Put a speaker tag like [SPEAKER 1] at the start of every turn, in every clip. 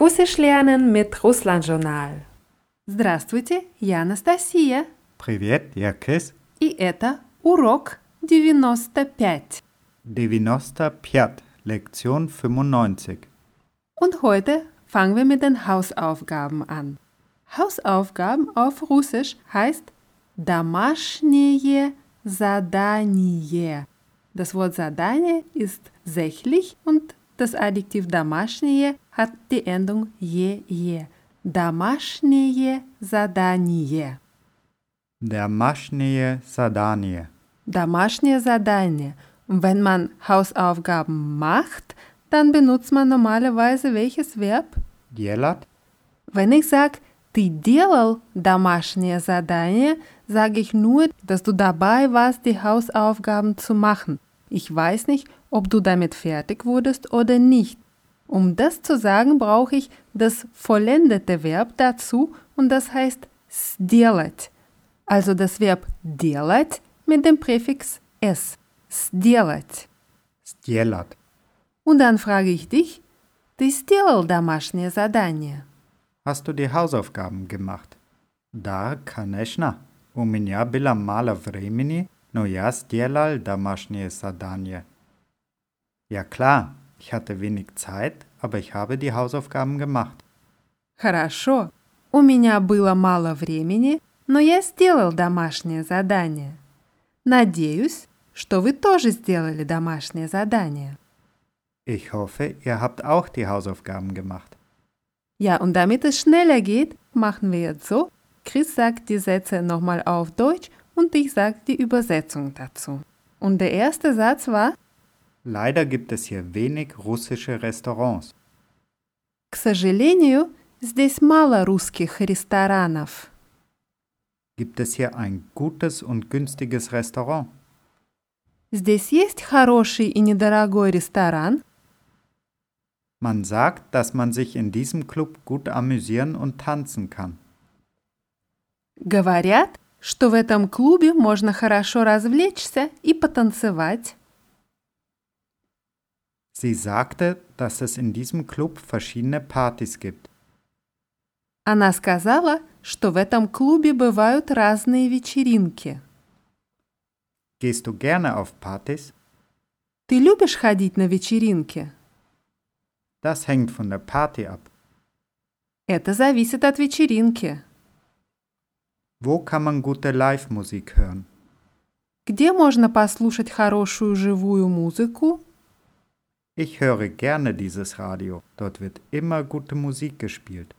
[SPEAKER 1] Russisch lernen mit Russland Journal.
[SPEAKER 2] Здравствуйте, я Анастасия,
[SPEAKER 3] Привет, я Крис.
[SPEAKER 2] и это урок 95.
[SPEAKER 3] 95, Lektion 95.
[SPEAKER 2] Und heute fangen wir mit den Hausaufgaben an. Hausaufgaben auf Russisch heißt домашнее задание. Das Wort задание ist sächlich und das Adjektiv домашнее hat die Endung je je. Домашнее задание.
[SPEAKER 3] Der Maschnee Sadanie.
[SPEAKER 2] Домашнее задание. Wenn man Hausaufgaben macht, dann benutzt man normalerweise welches Verb?
[SPEAKER 3] Jelat,
[SPEAKER 2] Wenn ich sage, ты делал домашнее задание, sage ich nur, dass du dabei warst, die Hausaufgaben zu machen. Ich weiß nicht, ob du damit fertig wurdest oder nicht. Um das zu sagen, brauche ich das vollendete Verb dazu und das heißt сделать. Also das Verb делать mit dem Präfix s. Сделать.
[SPEAKER 3] Stjelat.
[SPEAKER 2] Und dann frage ich dich, ты сделал домашнее задание?
[SPEAKER 3] Hast du die Hausaufgaben gemacht? Da, Kaneshna. У меня было мало времени, но я сделал домашнее задание. Ja klar, ich hatte wenig Zeit, aber ich habe die Hausaufgaben gemacht.
[SPEAKER 2] Хорошо. У меня было мало времени, но я сделал домашнее задание. Надеюсь, что вы тоже сделали домашнее задание.
[SPEAKER 3] Ich hoffe, ihr habt auch die Hausaufgaben gemacht.
[SPEAKER 2] Ja, und damit es schneller geht, machen wir jetzt so. Chris sagt die Sätze nochmal auf Deutsch und ich sage die Übersetzung dazu. Und der erste Satz war,
[SPEAKER 3] Leider gibt es hier wenig russische Restaurants.
[SPEAKER 2] к сожалению, здесь мало русских ресторанов.
[SPEAKER 3] Gibt es hier ein gutes und günstiges Restaurant?
[SPEAKER 2] Здесь есть хороший и недорогой ресторан,
[SPEAKER 3] Man sagt, dass man sich in diesem Club gut amüsieren und tanzen kann.
[SPEAKER 2] Говорят, что в этом клубе можно хорошо развлечься и потанцевать.
[SPEAKER 3] Sie sagte, dass es in diesem Club verschiedene Partys gibt.
[SPEAKER 2] Она сказала, что в этом клубе бывают разные вечеринки.
[SPEAKER 3] Gehst du gerne auf Partys?
[SPEAKER 2] Ты любишь ходить на вечеринки?
[SPEAKER 3] Das hängt von der Party ab.
[SPEAKER 2] Это зависит от вечеринки.
[SPEAKER 3] Wo kann man gute Live-Musik hören?
[SPEAKER 2] Где можно послушать хорошую живую музыку?
[SPEAKER 3] Ich höre gerne dieses Radio. Dort wird immer gute Musik gespielt.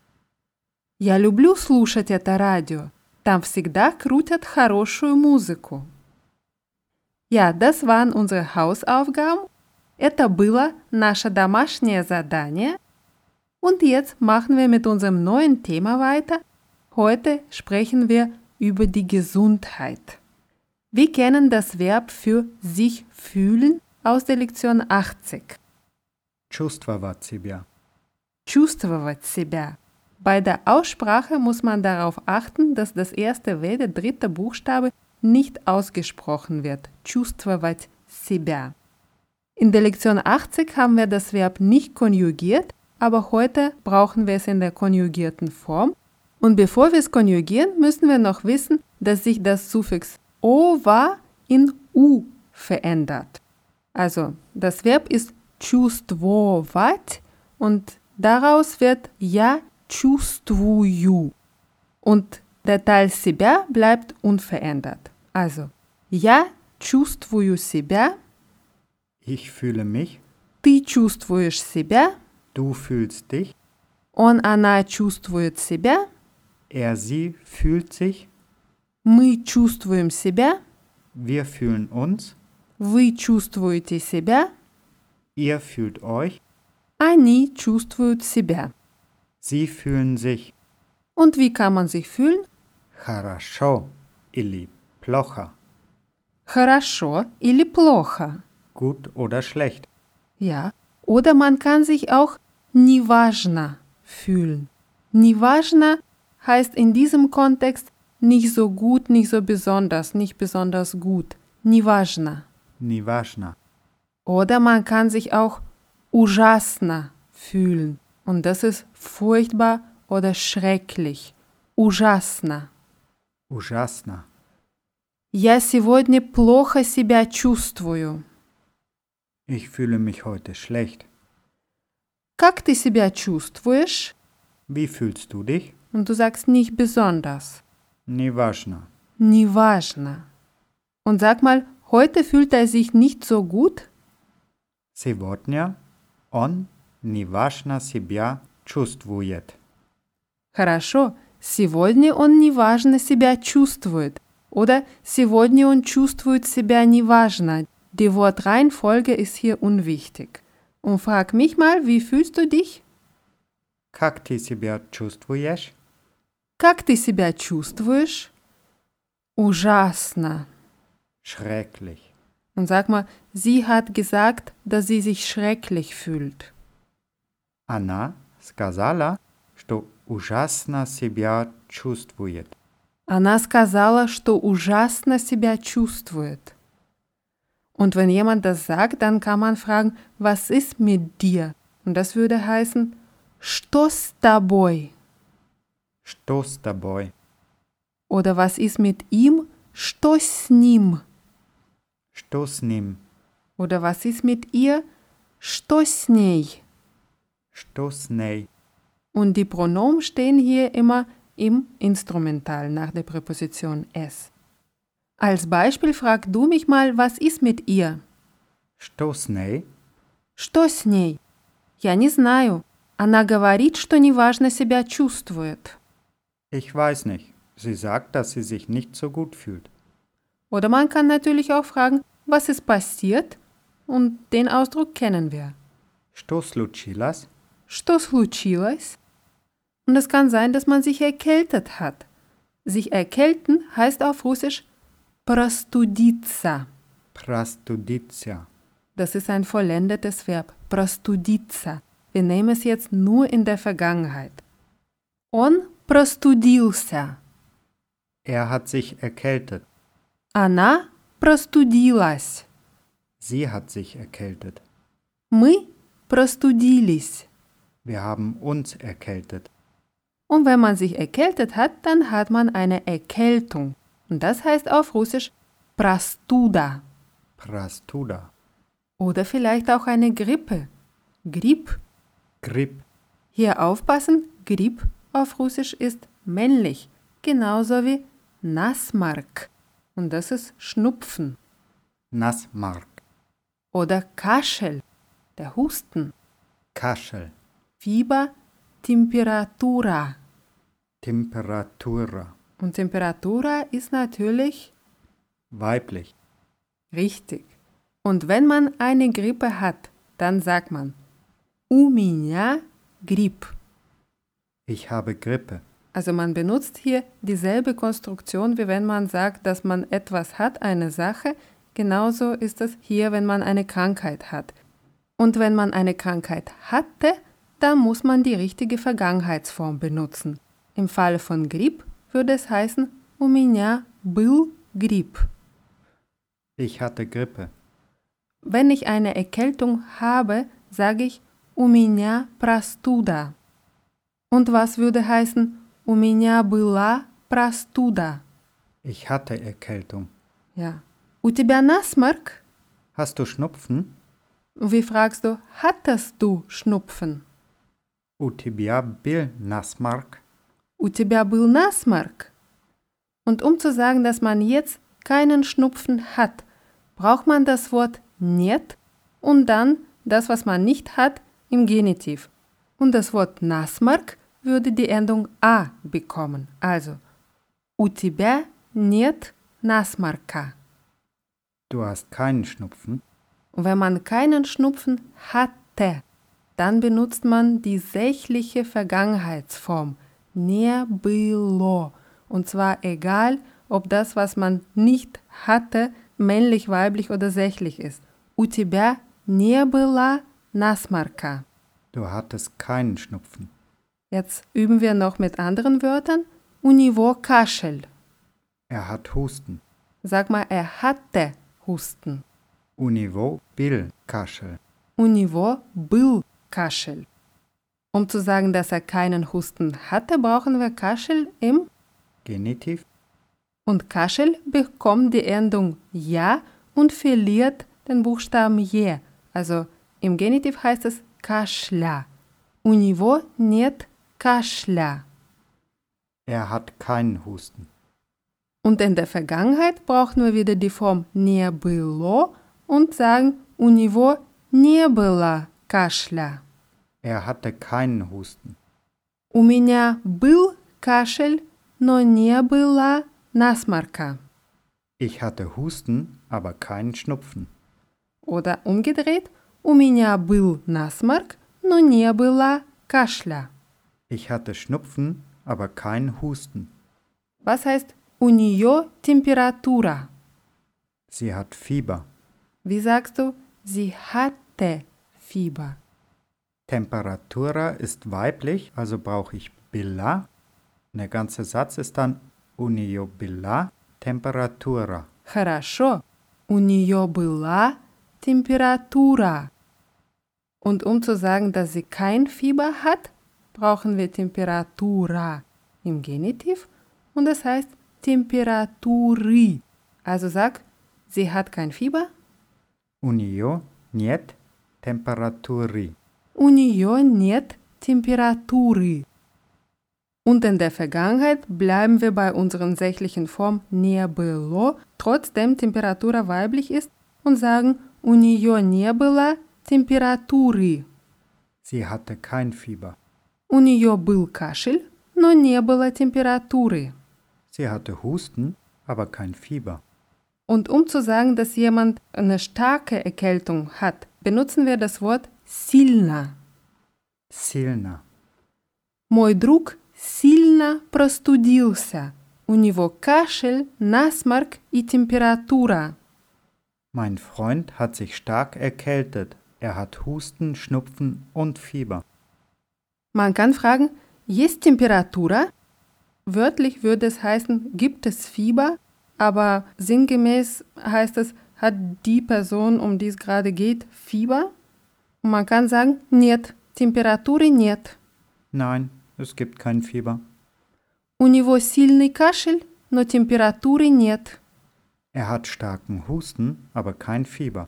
[SPEAKER 2] Я люблю слушать это радио. Там всегда крутят хорошую музыку. Ja, das waren unsere Hausaufgaben. Это было наше домашнее задание. Und jetzt machen wir mit unserem neuen Thema weiter. Heute sprechen wir über die Gesundheit. Wir kennen das Verb für sich fühlen aus der Lektion 80.
[SPEAKER 3] Чувствовать себя.
[SPEAKER 2] чувствовать себя. Bei der Aussprache muss man darauf achten, dass das erste W, der dritte Buchstabe, nicht ausgesprochen wird. Чувствовать себя. In der Lektion 80 haben wir das Verb nicht konjugiert, aber heute brauchen wir es in der konjugierten Form. Und bevor wir es konjugieren, müssen wir noch wissen, dass sich das Suffix ova in u verändert. Also, das Verb ist чувствовать und daraus wird я чувствую. Und der Teil себя bleibt unverändert. Also, я чувствую себя,
[SPEAKER 3] Ich fühle mich.
[SPEAKER 2] ты чувствуешь себя,
[SPEAKER 3] Du fühlst dich.
[SPEAKER 2] он, она чувствует себя,
[SPEAKER 3] Er, sie fühlt sich.
[SPEAKER 2] мы чувствуем себя,
[SPEAKER 3] Wir fühlen uns.
[SPEAKER 2] вы чувствуете себя,
[SPEAKER 3] Ihr fühlt euch.
[SPEAKER 2] они чувствуют себя.
[SPEAKER 3] Sie fühlen sich.
[SPEAKER 2] Und wie kann man sich fühlen?
[SPEAKER 3] Хорошо. Или плохо.
[SPEAKER 2] Хорошо или плохо?
[SPEAKER 3] Gut oder schlecht.
[SPEAKER 2] Ja, oder man kann sich auch неважно fühlen. Неважно heißt in diesem Kontext nicht so gut, nicht so besonders, nicht besonders gut. Неважно.
[SPEAKER 3] Неважно.
[SPEAKER 2] Oder man kann sich auch ужасно fühlen. Und das ist furchtbar oder schrecklich. Ужасно.
[SPEAKER 3] Ужасно.
[SPEAKER 2] Я сегодня плохо себя чувствую.
[SPEAKER 3] Ich fühle mich heute schlecht.
[SPEAKER 2] Как ты себя чувствуешь?
[SPEAKER 3] Wie fühlst du dich?
[SPEAKER 2] Und du sagst nicht besonders.
[SPEAKER 3] Неважно.
[SPEAKER 2] Неважно. Und sag mal, heute fühlt er sich nicht so gut?
[SPEAKER 3] Сегодня он неважно себя чувствует.
[SPEAKER 2] Хорошо. Сегодня он неважно себя чувствует. Oder сегодня он чувствует себя неважно. Die Wortreihenfolge ist hier unwichtig. Und frag mich mal, wie fühlst du dich?
[SPEAKER 3] Как ты себя чувствуешь?
[SPEAKER 2] Как ты себя чувствуешь? Ужасно.
[SPEAKER 3] Schrecklich.
[SPEAKER 2] Und sag mal, sie hat gesagt, dass sie sich schrecklich fühlt.
[SPEAKER 3] Она сказала, что ужасно себя чувствует.
[SPEAKER 2] Она сказала, что ужасно себя чувствует. Und wenn jemand das sagt, dann kann man fragen, was ist mit dir? Und das würde heißen, что с тобой?
[SPEAKER 3] Что с тобой?
[SPEAKER 2] Oder was ist mit ihm? Что с ним?
[SPEAKER 3] Что с ним?
[SPEAKER 2] Oder was ist mit ihr? Что с ней?
[SPEAKER 3] Что с ней?
[SPEAKER 2] Und die Pronomen stehen hier immer im Instrumental nach der Präposition es. Als Beispiel frag du mich mal, was ist mit ihr?
[SPEAKER 3] Что с ней?
[SPEAKER 2] Что с ней? Я не знаю. Она говорит, что неважно себя чувствует.
[SPEAKER 3] Ich weiß nicht. Sie sagt, dass sie sich nicht so gut fühlt.
[SPEAKER 2] Oder man kann natürlich auch fragen, was ist passiert? Und den Ausdruck kennen wir.
[SPEAKER 3] Что случилось?
[SPEAKER 2] Что случилось? Und es kann sein, dass man sich erkältet hat. Sich erkälten heißt auf Russisch простудиться.
[SPEAKER 3] Простудиться.
[SPEAKER 2] Das ist ein vollendetes Verb, простудиться. Wir nehmen es jetzt nur in der Vergangenheit. Он простудился.
[SPEAKER 3] Er hat sich erkältet.
[SPEAKER 2] Она простудилась.
[SPEAKER 3] Sie hat sich erkältet.
[SPEAKER 2] Мы простудились.
[SPEAKER 3] Wir haben uns erkältet.
[SPEAKER 2] Und wenn man sich erkältet hat, dann hat man eine Erkältung. Und das heißt auf Russisch простуда.
[SPEAKER 3] Prastuda.
[SPEAKER 2] Oder vielleicht auch eine Grippe. Grip.
[SPEAKER 3] Grip.
[SPEAKER 2] Hier aufpassen, Grip auf Russisch ist männlich, genauso wie Nasmark. Und das ist Schnupfen
[SPEAKER 3] Nassmark.
[SPEAKER 2] oder Kaschel, der Husten.
[SPEAKER 3] Kaschel.
[SPEAKER 2] Fieber, Temperatura.
[SPEAKER 3] Temperatura.
[SPEAKER 2] Und Temperatura ist natürlich
[SPEAKER 3] Weiblich.
[SPEAKER 2] richtig. Und wenn man eine Grippe hat, dann sagt man У меня Grip.
[SPEAKER 3] Ich habe Grippe.
[SPEAKER 2] Also man benutzt hier dieselbe Konstruktion, wie wenn man sagt, dass man etwas hat, eine Sache. Genauso ist es hier, wenn man eine Krankheit hat. Und wenn man eine Krankheit hatte, dann muss man die richtige Vergangenheitsform benutzen. Im Falle von Grip würde es heißen, у меня был грипп.
[SPEAKER 3] Ich hatte Grippe.
[SPEAKER 2] Wenn ich eine Erkältung habe, sage ich у меня простуда. Und was würde heißen у меня была простуда?
[SPEAKER 3] Ich hatte Erkältung.
[SPEAKER 2] Ja. У тебя насморк?
[SPEAKER 3] Hast du Schnupfen?
[SPEAKER 2] Und wie fragst du, hattest du Schnupfen?
[SPEAKER 3] У тебя был насморк?
[SPEAKER 2] У тебя был насморк? Und um zu sagen, dass man jetzt keinen Schnupfen hat, braucht man das Wort нет und dann das, was man nicht hat, im Genitiv. Und das Wort насморк würde die Endung a bekommen. Also, у тебя нет насморка.
[SPEAKER 3] Du hast keinen Schnupfen.
[SPEAKER 2] Und wenn man keinen Schnupfen hatte, dann benutzt man die sächliche Vergangenheitsform не было. Und zwar egal, ob das, was man nicht hatte, männlich, weiblich oder sächlich ist. У тебя не было насморка.
[SPEAKER 3] Du hattest keinen Schnupfen.
[SPEAKER 2] Jetzt üben wir noch mit anderen Wörtern. У него кашель.
[SPEAKER 3] Er hat Husten.
[SPEAKER 2] Sag mal, er hatte Husten.
[SPEAKER 3] У него был кашель.
[SPEAKER 2] У него был кашель. Um zu sagen, dass er keinen Husten hatte, brauchen wir Kaschel im
[SPEAKER 3] Genitiv,
[SPEAKER 2] und Kaschel bekommt die Endung ja und verliert den Buchstaben je. Also im Genitiv heißt es Kaschla. У него нет кашля.
[SPEAKER 3] er hat keinen Husten.
[SPEAKER 2] Und in der Vergangenheit brauchen wir wieder die Form не было und sagen у него не было кашля.
[SPEAKER 3] Er hatte keinen Husten.
[SPEAKER 2] У меня был кашель, но не было насморка.
[SPEAKER 3] Ich hatte Husten, aber keinen Schnupfen.
[SPEAKER 2] Oder umgedreht, у меня был насморк, но не было кашля.
[SPEAKER 3] Ich hatte Schnupfen, aber keinen Husten.
[SPEAKER 2] Was heißt у нее температура?
[SPEAKER 3] Sie hat Fieber.
[SPEAKER 2] Wie sagst du, sie hatte Fieber.
[SPEAKER 3] Temperatura ist weiblich, also brauche ich Billa. Der ganze Satz ist dann Unio Billa Temperatura.
[SPEAKER 2] Хорошо, у нее была температура. Und um zu sagen, dass sie kein Fieber hat, brauchen wir Temperatura im Genitiv und das heißt Temperaturi. Also sag, sie hat kein Fieber,
[SPEAKER 3] Unio Niet Temperaturi.
[SPEAKER 2] У нее нет температуры. Und in der Vergangenheit bleiben wir bei unseren sächlichen Formen не было, trotzdem Temperatura weiblich ist, und sagen у нее не было температуры.
[SPEAKER 3] Sie hatte kein Fieber.
[SPEAKER 2] У нее был кашель, но не было температуры.
[SPEAKER 3] Sie hatte Husten, aber kein Fieber.
[SPEAKER 2] Und um zu sagen, dass jemand eine starke Erkältung hat, benutzen wir das Wort сильно.
[SPEAKER 3] Silna.
[SPEAKER 2] Мой друг сильно простудился. У него кашель, насморк и температура.
[SPEAKER 3] Mein Freund hat sich stark erkältet. Er hat Husten, Schnupfen und Fieber.
[SPEAKER 2] Man kann fragen, есть температура? Wörtlich würde es heißen, gibt es Fieber? Aber sinngemäß heißt es, hat die Person, um die es gerade geht, Fieber? Und man kann sagen, нет, температуры нет.
[SPEAKER 3] Nein, es gibt kein Fieber.
[SPEAKER 2] У него сильный кашель, но температуры нет.
[SPEAKER 3] Er hat starken Husten, aber kein Fieber.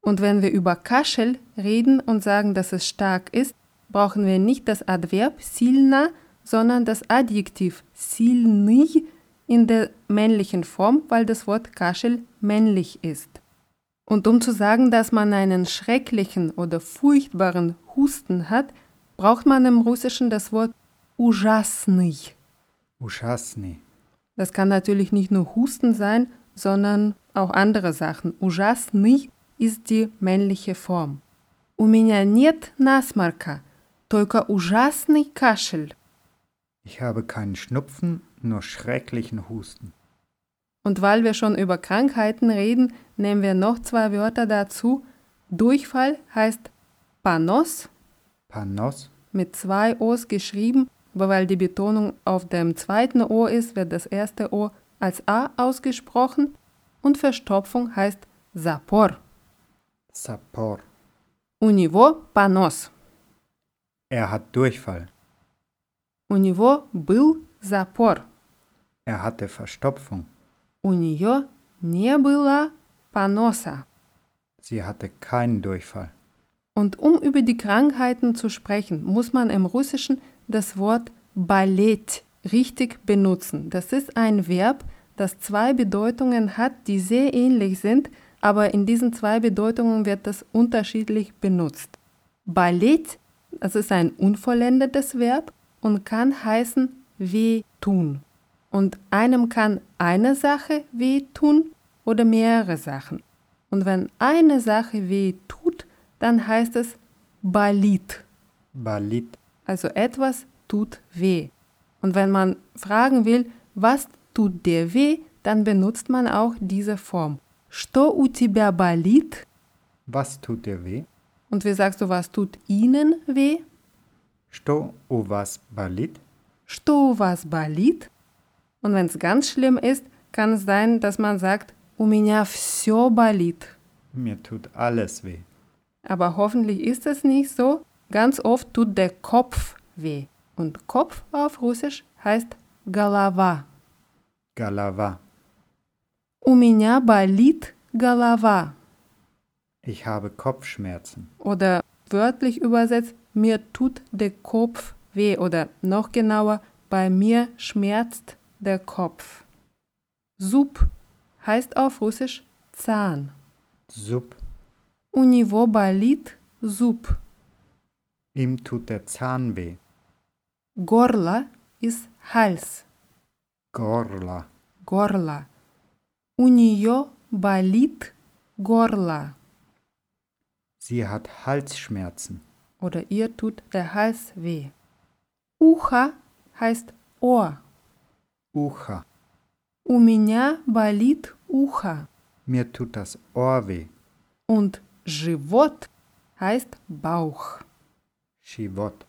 [SPEAKER 2] Und wenn wir über Kaschel reden und sagen, dass es stark ist, brauchen wir nicht das Adverb silna, sondern das Adjektiv silny in der männlichen Form, weil das Wort Kaschel männlich ist. Und um zu sagen, dass man einen schrecklichen oder furchtbaren Husten hat, braucht man im Russischen das Wort ужасный.
[SPEAKER 3] Uschasni.
[SPEAKER 2] Das kann natürlich nicht nur Husten sein, sondern auch andere Sachen. Ужасный ist die männliche Form. У меня нет насморка, только ужасный кашель.
[SPEAKER 3] Ich habe keinen Schnupfen, nur schrecklichen Husten.
[SPEAKER 2] Und weil wir schon über Krankheiten reden, nehmen wir noch zwei Wörter dazu. Durchfall heißt Panos
[SPEAKER 3] Panos,
[SPEAKER 2] mit zwei O's geschrieben, aber weil die Betonung auf dem zweiten O ist, wird das erste O als A ausgesprochen und Verstopfung heißt Sapor.
[SPEAKER 3] Sapor.
[SPEAKER 2] У него понос.
[SPEAKER 3] Er hat Durchfall.
[SPEAKER 2] У него был запор.
[SPEAKER 3] Er hatte Verstopfung.
[SPEAKER 2] У нее не было поноса.
[SPEAKER 3] Sie hatte keinen Durchfall.
[SPEAKER 2] Und um über die Krankheiten zu sprechen, muss man im Russischen das Wort Ballett richtig benutzen. Das ist ein Verb, das zwei Bedeutungen hat, die sehr ähnlich sind, aber in diesen zwei Bedeutungen wird das unterschiedlich benutzt. Ballett, das ist ein unvollendetes Verb und kann heißen weh tun. Und einem kann eine Sache weh tun oder mehrere Sachen. Und wenn eine Sache weh tut, dann heißt es Balit.
[SPEAKER 3] Balit.
[SPEAKER 2] Also etwas tut weh. Und wenn man fragen will, was tut dir weh, dann benutzt man auch diese Form. Что у тебя болит?
[SPEAKER 3] Was tut dir weh?
[SPEAKER 2] Und wie sagst du, was tut ihnen weh?
[SPEAKER 3] Sto u vas balit?
[SPEAKER 2] Что у вас болит? Und wenn es ganz schlimm ist, kann es sein, dass man sagt, у меня все болит.
[SPEAKER 3] Mir tut alles weh.
[SPEAKER 2] Aber hoffentlich ist es nicht so. Ganz oft tut der Kopf weh. Und Kopf auf Russisch heißt голова.
[SPEAKER 3] Galava.
[SPEAKER 2] У меня болит голова.
[SPEAKER 3] Ich habe Kopfschmerzen.
[SPEAKER 2] Oder wörtlich übersetzt, mir tut der Kopf weh. Oder noch genauer, bei mir schmerzt der Kopf. Суп heißt auf Russisch Zahn.
[SPEAKER 3] Sub.
[SPEAKER 2] У него болит зуб.
[SPEAKER 3] Ihm tut der Zahn weh.
[SPEAKER 2] Горло ist Hals.
[SPEAKER 3] Gorla.
[SPEAKER 2] Горло. У нее болит горло.
[SPEAKER 3] Sie hat Halsschmerzen.
[SPEAKER 2] Oder ihr tut der Hals weh. Ухо heißt Ohr.
[SPEAKER 3] Ucha.
[SPEAKER 2] У меня болит ухо.
[SPEAKER 3] Mir tut das Ohr weh.
[SPEAKER 2] Und Живот heißt Bauch.
[SPEAKER 3] Shivot.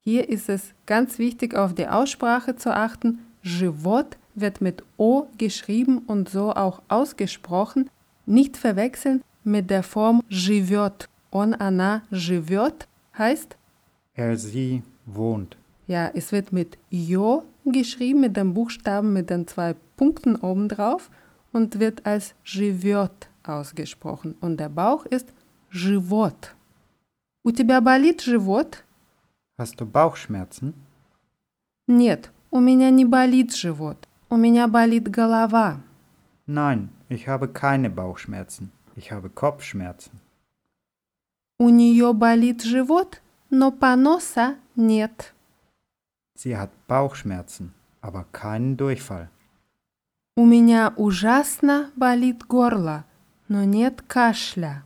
[SPEAKER 2] Hier ist es ganz wichtig, auf die Aussprache zu achten. Живот wird mit O geschrieben und so auch ausgesprochen. Nicht verwechseln mit der Form живет. Он, она, живет heißt,
[SPEAKER 3] Er sie wohnt.
[SPEAKER 2] ja, es wird mit Jo geschrieben, mit dem Buchstaben mit den zwei Punkten obendrauf und wird als живет ausgesprochen. Und der Bauch ist живот. У тебя болит живот?
[SPEAKER 3] Hast du Bauchschmerzen?
[SPEAKER 2] Нет, у меня не болит живот. У меня болит голова.
[SPEAKER 3] Nein, ich habe keine Bauchschmerzen. Ich habe Kopfschmerzen.
[SPEAKER 2] У нее болит живот, но поноса нет.
[SPEAKER 3] Sie hat Bauchschmerzen, aber keinen Durchfall.
[SPEAKER 2] У меня ужасно болит горло, но нет кашля.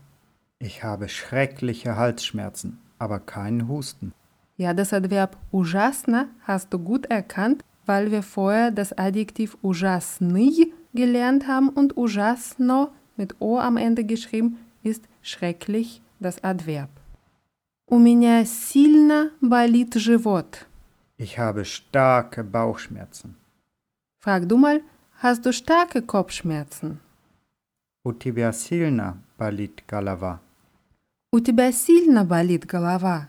[SPEAKER 3] Ich habe schreckliche Halsschmerzen, aber keinen Husten.
[SPEAKER 2] Ja, das Adverb ужасно hast du gut erkannt, weil wir vorher das Adjektiv ужасный gelernt haben und ужасно mit O am Ende geschrieben ist schrecklich das Adverb. У меня сильно болит живот.
[SPEAKER 3] Ich habe starke Bauchschmerzen.
[SPEAKER 2] Frag du mal, hast du starke Kopfschmerzen?
[SPEAKER 3] U tibia silna balit galava.
[SPEAKER 2] У тебя сильно болит голова?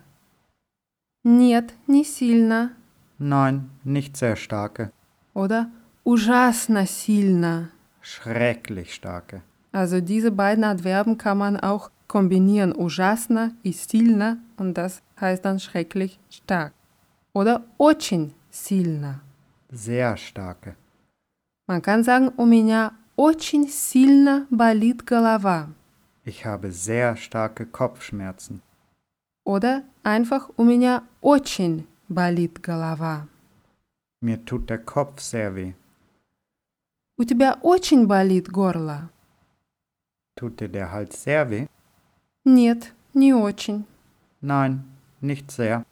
[SPEAKER 2] Нет, не сильно.
[SPEAKER 3] Nein, nicht sehr starke.
[SPEAKER 2] Oder ужасно сильно.
[SPEAKER 3] Schrecklich starke.
[SPEAKER 2] Also diese beiden Adverben kann man auch kombinieren. Ужасно и сильно. Und das heißt dann schrecklich stark. Oder очень сильно.
[SPEAKER 3] Sehr starke.
[SPEAKER 2] Man kann sagen, у меня очень сильно болит голова.
[SPEAKER 3] Ich habe sehr starke Kopfschmerzen.
[SPEAKER 2] Oder einfach, у меня очень болит голова.
[SPEAKER 3] Mir tut der Kopf sehr weh.
[SPEAKER 2] У тебя очень болит горло?
[SPEAKER 3] Tut dir der Hals sehr weh?
[SPEAKER 2] Нет, не очень.
[SPEAKER 3] Nein, nicht sehr.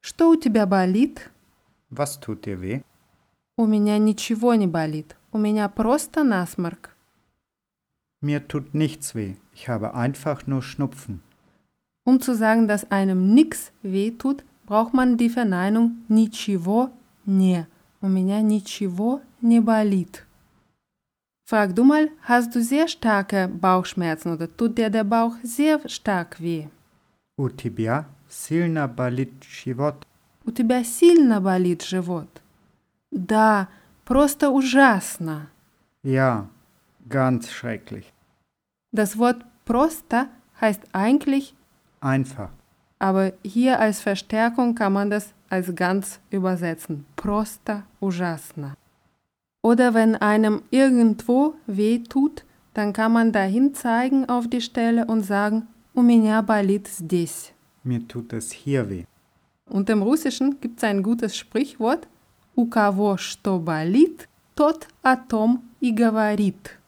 [SPEAKER 2] Что у тебя болит?
[SPEAKER 3] Was tut dir weh?
[SPEAKER 2] У меня ничего не болит. У меня просто насморк.
[SPEAKER 3] Mir tut nichts weh. Ich habe einfach nur Schnupfen.
[SPEAKER 2] Um zu sagen, dass einem nix weh tut, braucht man die Verneinung ничего не. У меня ничего не болит. Frag du mal, hast du sehr starke Bauchschmerzen oder tut dir der Bauch sehr stark weh?
[SPEAKER 3] U tibia silna balit shivot.
[SPEAKER 2] У тебя сильно болит живот? Да, просто ужасно.
[SPEAKER 3] Ja, ganz schrecklich.
[SPEAKER 2] Das Wort просто heißt eigentlich,
[SPEAKER 3] Einfach.
[SPEAKER 2] aber hier als Verstärkung kann man das als ganz übersetzen. Просто ужасно. Oder wenn einem irgendwo weh tut, dann kann man dahin zeigen auf die Stelle und sagen, "Um у меня болит здесь.
[SPEAKER 3] Mir tut es hier weh.
[SPEAKER 2] Und im Russischen gibt es ein gutes Sprichwort, у кого что болит, тот о том и говорит.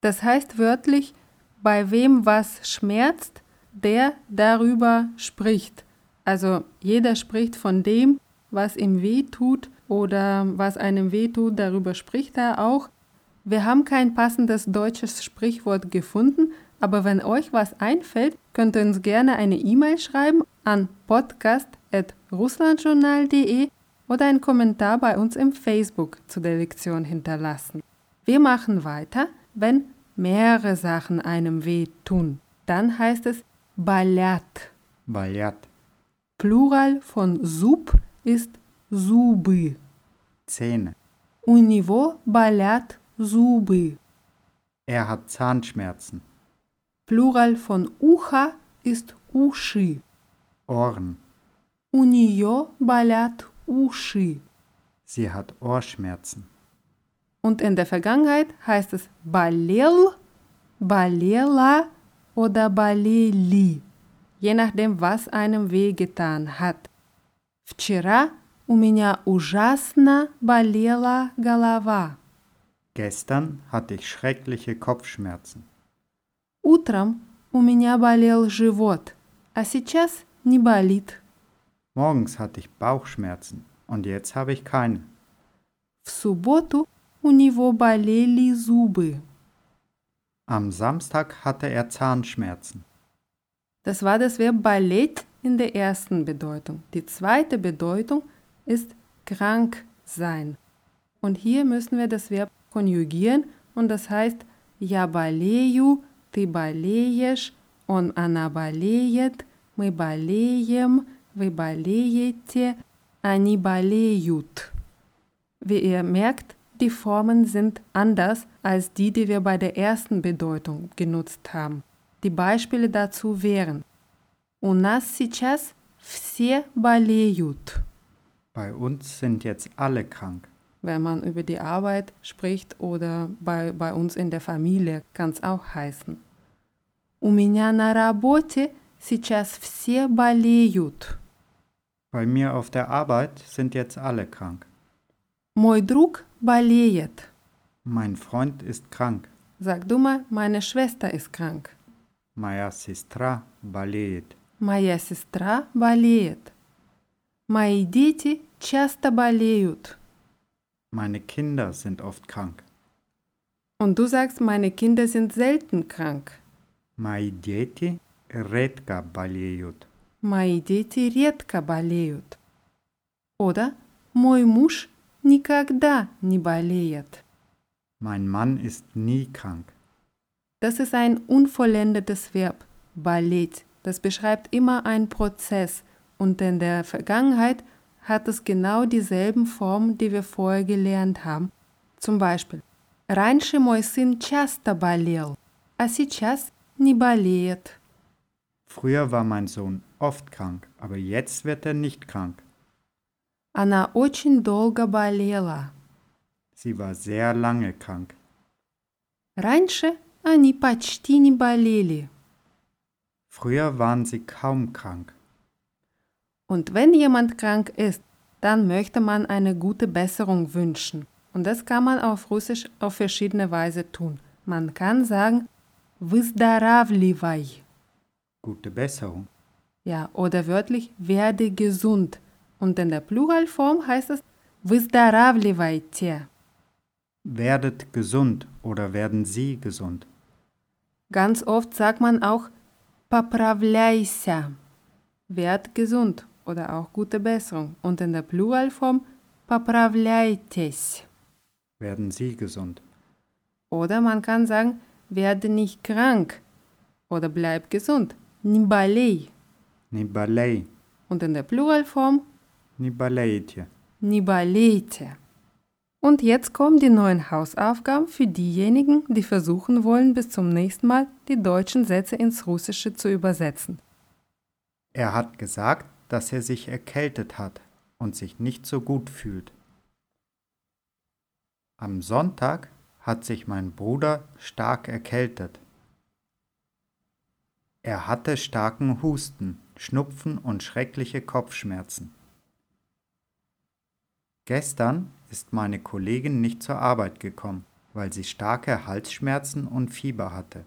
[SPEAKER 2] Das heißt wörtlich, bei wem was schmerzt, der darüber spricht. Also jeder spricht von dem, was ihm weh tut oder was einem weh tut, darüber spricht er auch. Wir haben kein passendes deutsches Sprichwort gefunden, aber wenn euch was einfällt, könnt ihr uns gerne eine E-Mail schreiben an podcast.russlandjournal.de oder einen Kommentar bei uns im Facebook zu der Lektion hinterlassen. Wir machen weiter, wenn mehrere Sachen einem weh tun. Dann heißt es Ballett.
[SPEAKER 3] Valjat.
[SPEAKER 2] Plural von зуб ist зубы.
[SPEAKER 3] Zähne.
[SPEAKER 2] У него болят зубы.
[SPEAKER 3] Er hat Zahnschmerzen.
[SPEAKER 2] Plural von ухо ist уши.
[SPEAKER 3] Ohren.
[SPEAKER 2] У нее болят уши.
[SPEAKER 3] Sie hat Ohrschmerzen.
[SPEAKER 2] Und in der Vergangenheit heißt es болел, болела oder болели, je nachdem, was einem wehgetan hat. Вчера у меня ужасно болела голова.
[SPEAKER 3] Gestern hatte ich schreckliche Kopfschmerzen.
[SPEAKER 2] Утром у меня болел живот, а сейчас не болит.
[SPEAKER 3] Morgens hatte ich Bauchschmerzen und jetzt habe ich keine.
[SPEAKER 2] В субботу у него болели зубы.
[SPEAKER 3] Am Samstag hatte er Zahnschmerzen.
[SPEAKER 2] Das war das Verb Ballett in der ersten Bedeutung. Die zweite Bedeutung ist krank sein. Und hier müssen wir das Verb konjugieren und das heißt я болею, ты болеешь, он, она болеет, мы болеем, вы болеете, они болеют. Wie ihr merkt, die Formen sind anders als die, die wir bei der ersten Bedeutung genutzt haben. Die Beispiele dazu wären У нас сейчас все болеют.
[SPEAKER 3] Bei uns sind jetzt alle krank.
[SPEAKER 2] Wenn man über die Arbeit spricht oder bei, bei uns in der Familie, kann es auch heißen. У меня на работе сейчас все болеют.
[SPEAKER 3] Bei mir auf der Arbeit sind jetzt alle krank.
[SPEAKER 2] Мой друг болеет.
[SPEAKER 3] Mein Freund ist krank.
[SPEAKER 2] Sag du mal, meine Schwester ist krank.
[SPEAKER 3] Моя сестра болеет.
[SPEAKER 2] Моя сестра болеет. Мои дети часто болеют.
[SPEAKER 3] Meine Kinder sind oft krank.
[SPEAKER 2] Und du sagst, meine Kinder sind selten krank.
[SPEAKER 3] Мои дети редко болеют.
[SPEAKER 2] Мои дети редко болеют. Oder мой муж никогда не болеет.
[SPEAKER 3] Mein Mann ist nie krank.
[SPEAKER 2] Das ist ein unvollendetes Verb, болеть. Das beschreibt immer einen Prozess und in der Vergangenheit hat es genau dieselben Formen, die wir vorher gelernt haben. Zum Beispiel, раньше мой сын часто болел, а сейчас не болеет.
[SPEAKER 3] Früher war mein Sohn oft krank, aber jetzt wird er nicht krank.
[SPEAKER 2] Она очень долго болела.
[SPEAKER 3] Sie war sehr lange krank.
[SPEAKER 2] Раньше они почти не болели.
[SPEAKER 3] Früher waren sie kaum krank.
[SPEAKER 2] Und wenn jemand krank ist, dann möchte man eine gute Besserung wünschen. Und das kann man auf Russisch auf verschiedene Weise tun. Man kann sagen «выздоравливай»
[SPEAKER 3] Gute Besserung.
[SPEAKER 2] ja, oder wörtlich «werde gesund». Und in der Pluralform heißt es «выздоравливайте».
[SPEAKER 3] Werdet gesund oder werden Sie gesund.
[SPEAKER 2] Ganz oft sagt man auch «поправляйся», «werd gesund» oder auch «gute Besserung». Und in der Pluralform «поправляйтесь».
[SPEAKER 3] Werden Sie gesund.
[SPEAKER 2] Oder man kann sagen, werde nicht krank oder bleib gesund. Не болей.
[SPEAKER 3] Не болей,
[SPEAKER 2] Und in der Pluralform
[SPEAKER 3] не болейте.
[SPEAKER 2] не болейте. Und jetzt kommen die neuen Hausaufgaben für diejenigen, die versuchen wollen, bis zum nächsten Mal die deutschen Sätze ins Russische zu übersetzen.
[SPEAKER 3] Er hat gesagt, dass er sich erkältet hat und sich nicht so gut fühlt. Am Sonntag hat sich mein Bruder stark erkältet. Er hatte starken Husten, Schnupfen und schreckliche Kopfschmerzen. Gestern ist meine Kollegin nicht zur Arbeit gekommen, weil sie starke Halsschmerzen und Fieber hatte.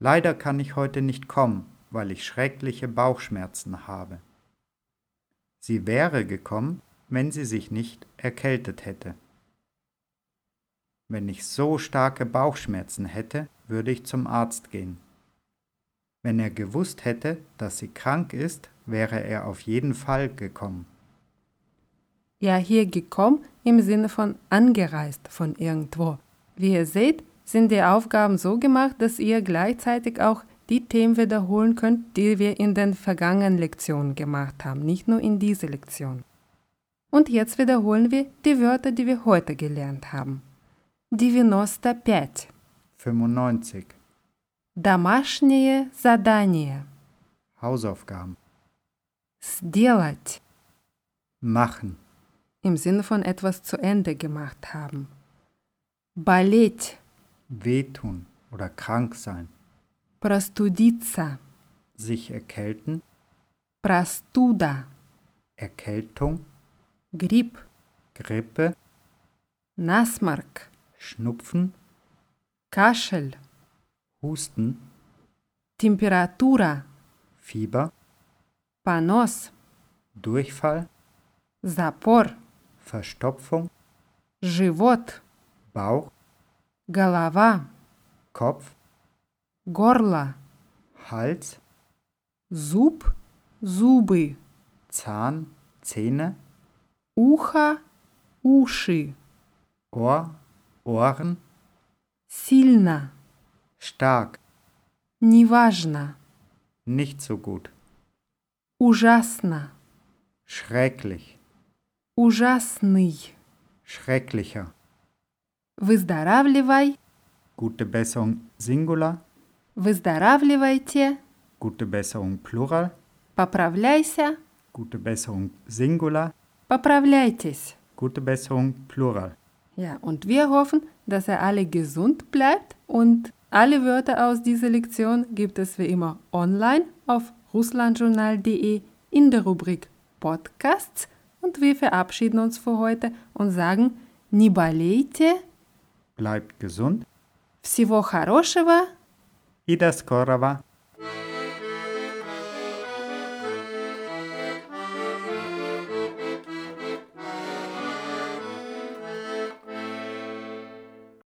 [SPEAKER 3] Leider kann ich heute nicht kommen, weil ich schreckliche Bauchschmerzen habe. Sie wäre gekommen, wenn sie sich nicht erkältet hätte. Wenn ich so starke Bauchschmerzen hätte, würde ich zum Arzt gehen. Wenn er gewusst hätte, dass sie krank ist, wäre er auf jeden Fall gekommen.
[SPEAKER 2] Ja, hier gekommen im Sinne von angereist von irgendwo. Wie ihr seht, sind die Aufgaben so gemacht, dass ihr gleichzeitig auch die Themen wiederholen könnt, die wir in den vergangenen Lektionen gemacht haben, nicht nur in dieser Lektion. Und jetzt wiederholen wir die Wörter, die wir heute gelernt haben. 95.
[SPEAKER 3] 95.
[SPEAKER 2] Домашнее задание.
[SPEAKER 3] Hausaufgaben.
[SPEAKER 2] Сделать.
[SPEAKER 3] Machen.
[SPEAKER 2] Im Sinne von etwas zu Ende gemacht haben. Болеть.
[SPEAKER 3] Wehtun oder krank sein.
[SPEAKER 2] Простудиться.
[SPEAKER 3] Sich erkälten.
[SPEAKER 2] Простуда.
[SPEAKER 3] Erkältung.
[SPEAKER 2] Грипп.
[SPEAKER 3] Grippe.
[SPEAKER 2] Насморк.
[SPEAKER 3] Schnupfen.
[SPEAKER 2] Кашель.
[SPEAKER 3] Husten.
[SPEAKER 2] Температура.
[SPEAKER 3] Fieber.
[SPEAKER 2] Понос.
[SPEAKER 3] Durchfall.
[SPEAKER 2] Запор.
[SPEAKER 3] Verstopfung.
[SPEAKER 2] Живот.
[SPEAKER 3] Bauch.
[SPEAKER 2] Голова.
[SPEAKER 3] Kopf.
[SPEAKER 2] Горло.
[SPEAKER 3] Hals.
[SPEAKER 2] Зуб. Зубы.
[SPEAKER 3] Zahn. Zähne.
[SPEAKER 2] Ухо. Уши.
[SPEAKER 3] Ohr. Ohren.
[SPEAKER 2] Сильно.
[SPEAKER 3] Stark.
[SPEAKER 2] Неважно.
[SPEAKER 3] Nicht so gut.
[SPEAKER 2] Ужасно.
[SPEAKER 3] Schrecklich.
[SPEAKER 2] Ужасный.
[SPEAKER 3] Schrecklicher.
[SPEAKER 2] Выздоравливай.
[SPEAKER 3] Gute Besserung Singular.
[SPEAKER 2] Выздоравливайте.
[SPEAKER 3] Gute Besserung Plural.
[SPEAKER 2] Поправляйся.
[SPEAKER 3] Gute Besserung Singular.
[SPEAKER 2] Поправляйтесь.
[SPEAKER 3] Gute Besserung Plural.
[SPEAKER 2] Ja, und wir hoffen, dass ihr alle gesund bleibt und alle Wörter aus dieser Lektion gibt es wie immer online auf russlandjournal.de in der Rubrik Podcasts und wir verabschieden uns für heute und sagen не болейте,
[SPEAKER 3] Bleibt gesund.
[SPEAKER 2] всего хорошего,
[SPEAKER 3] Ida Skorava.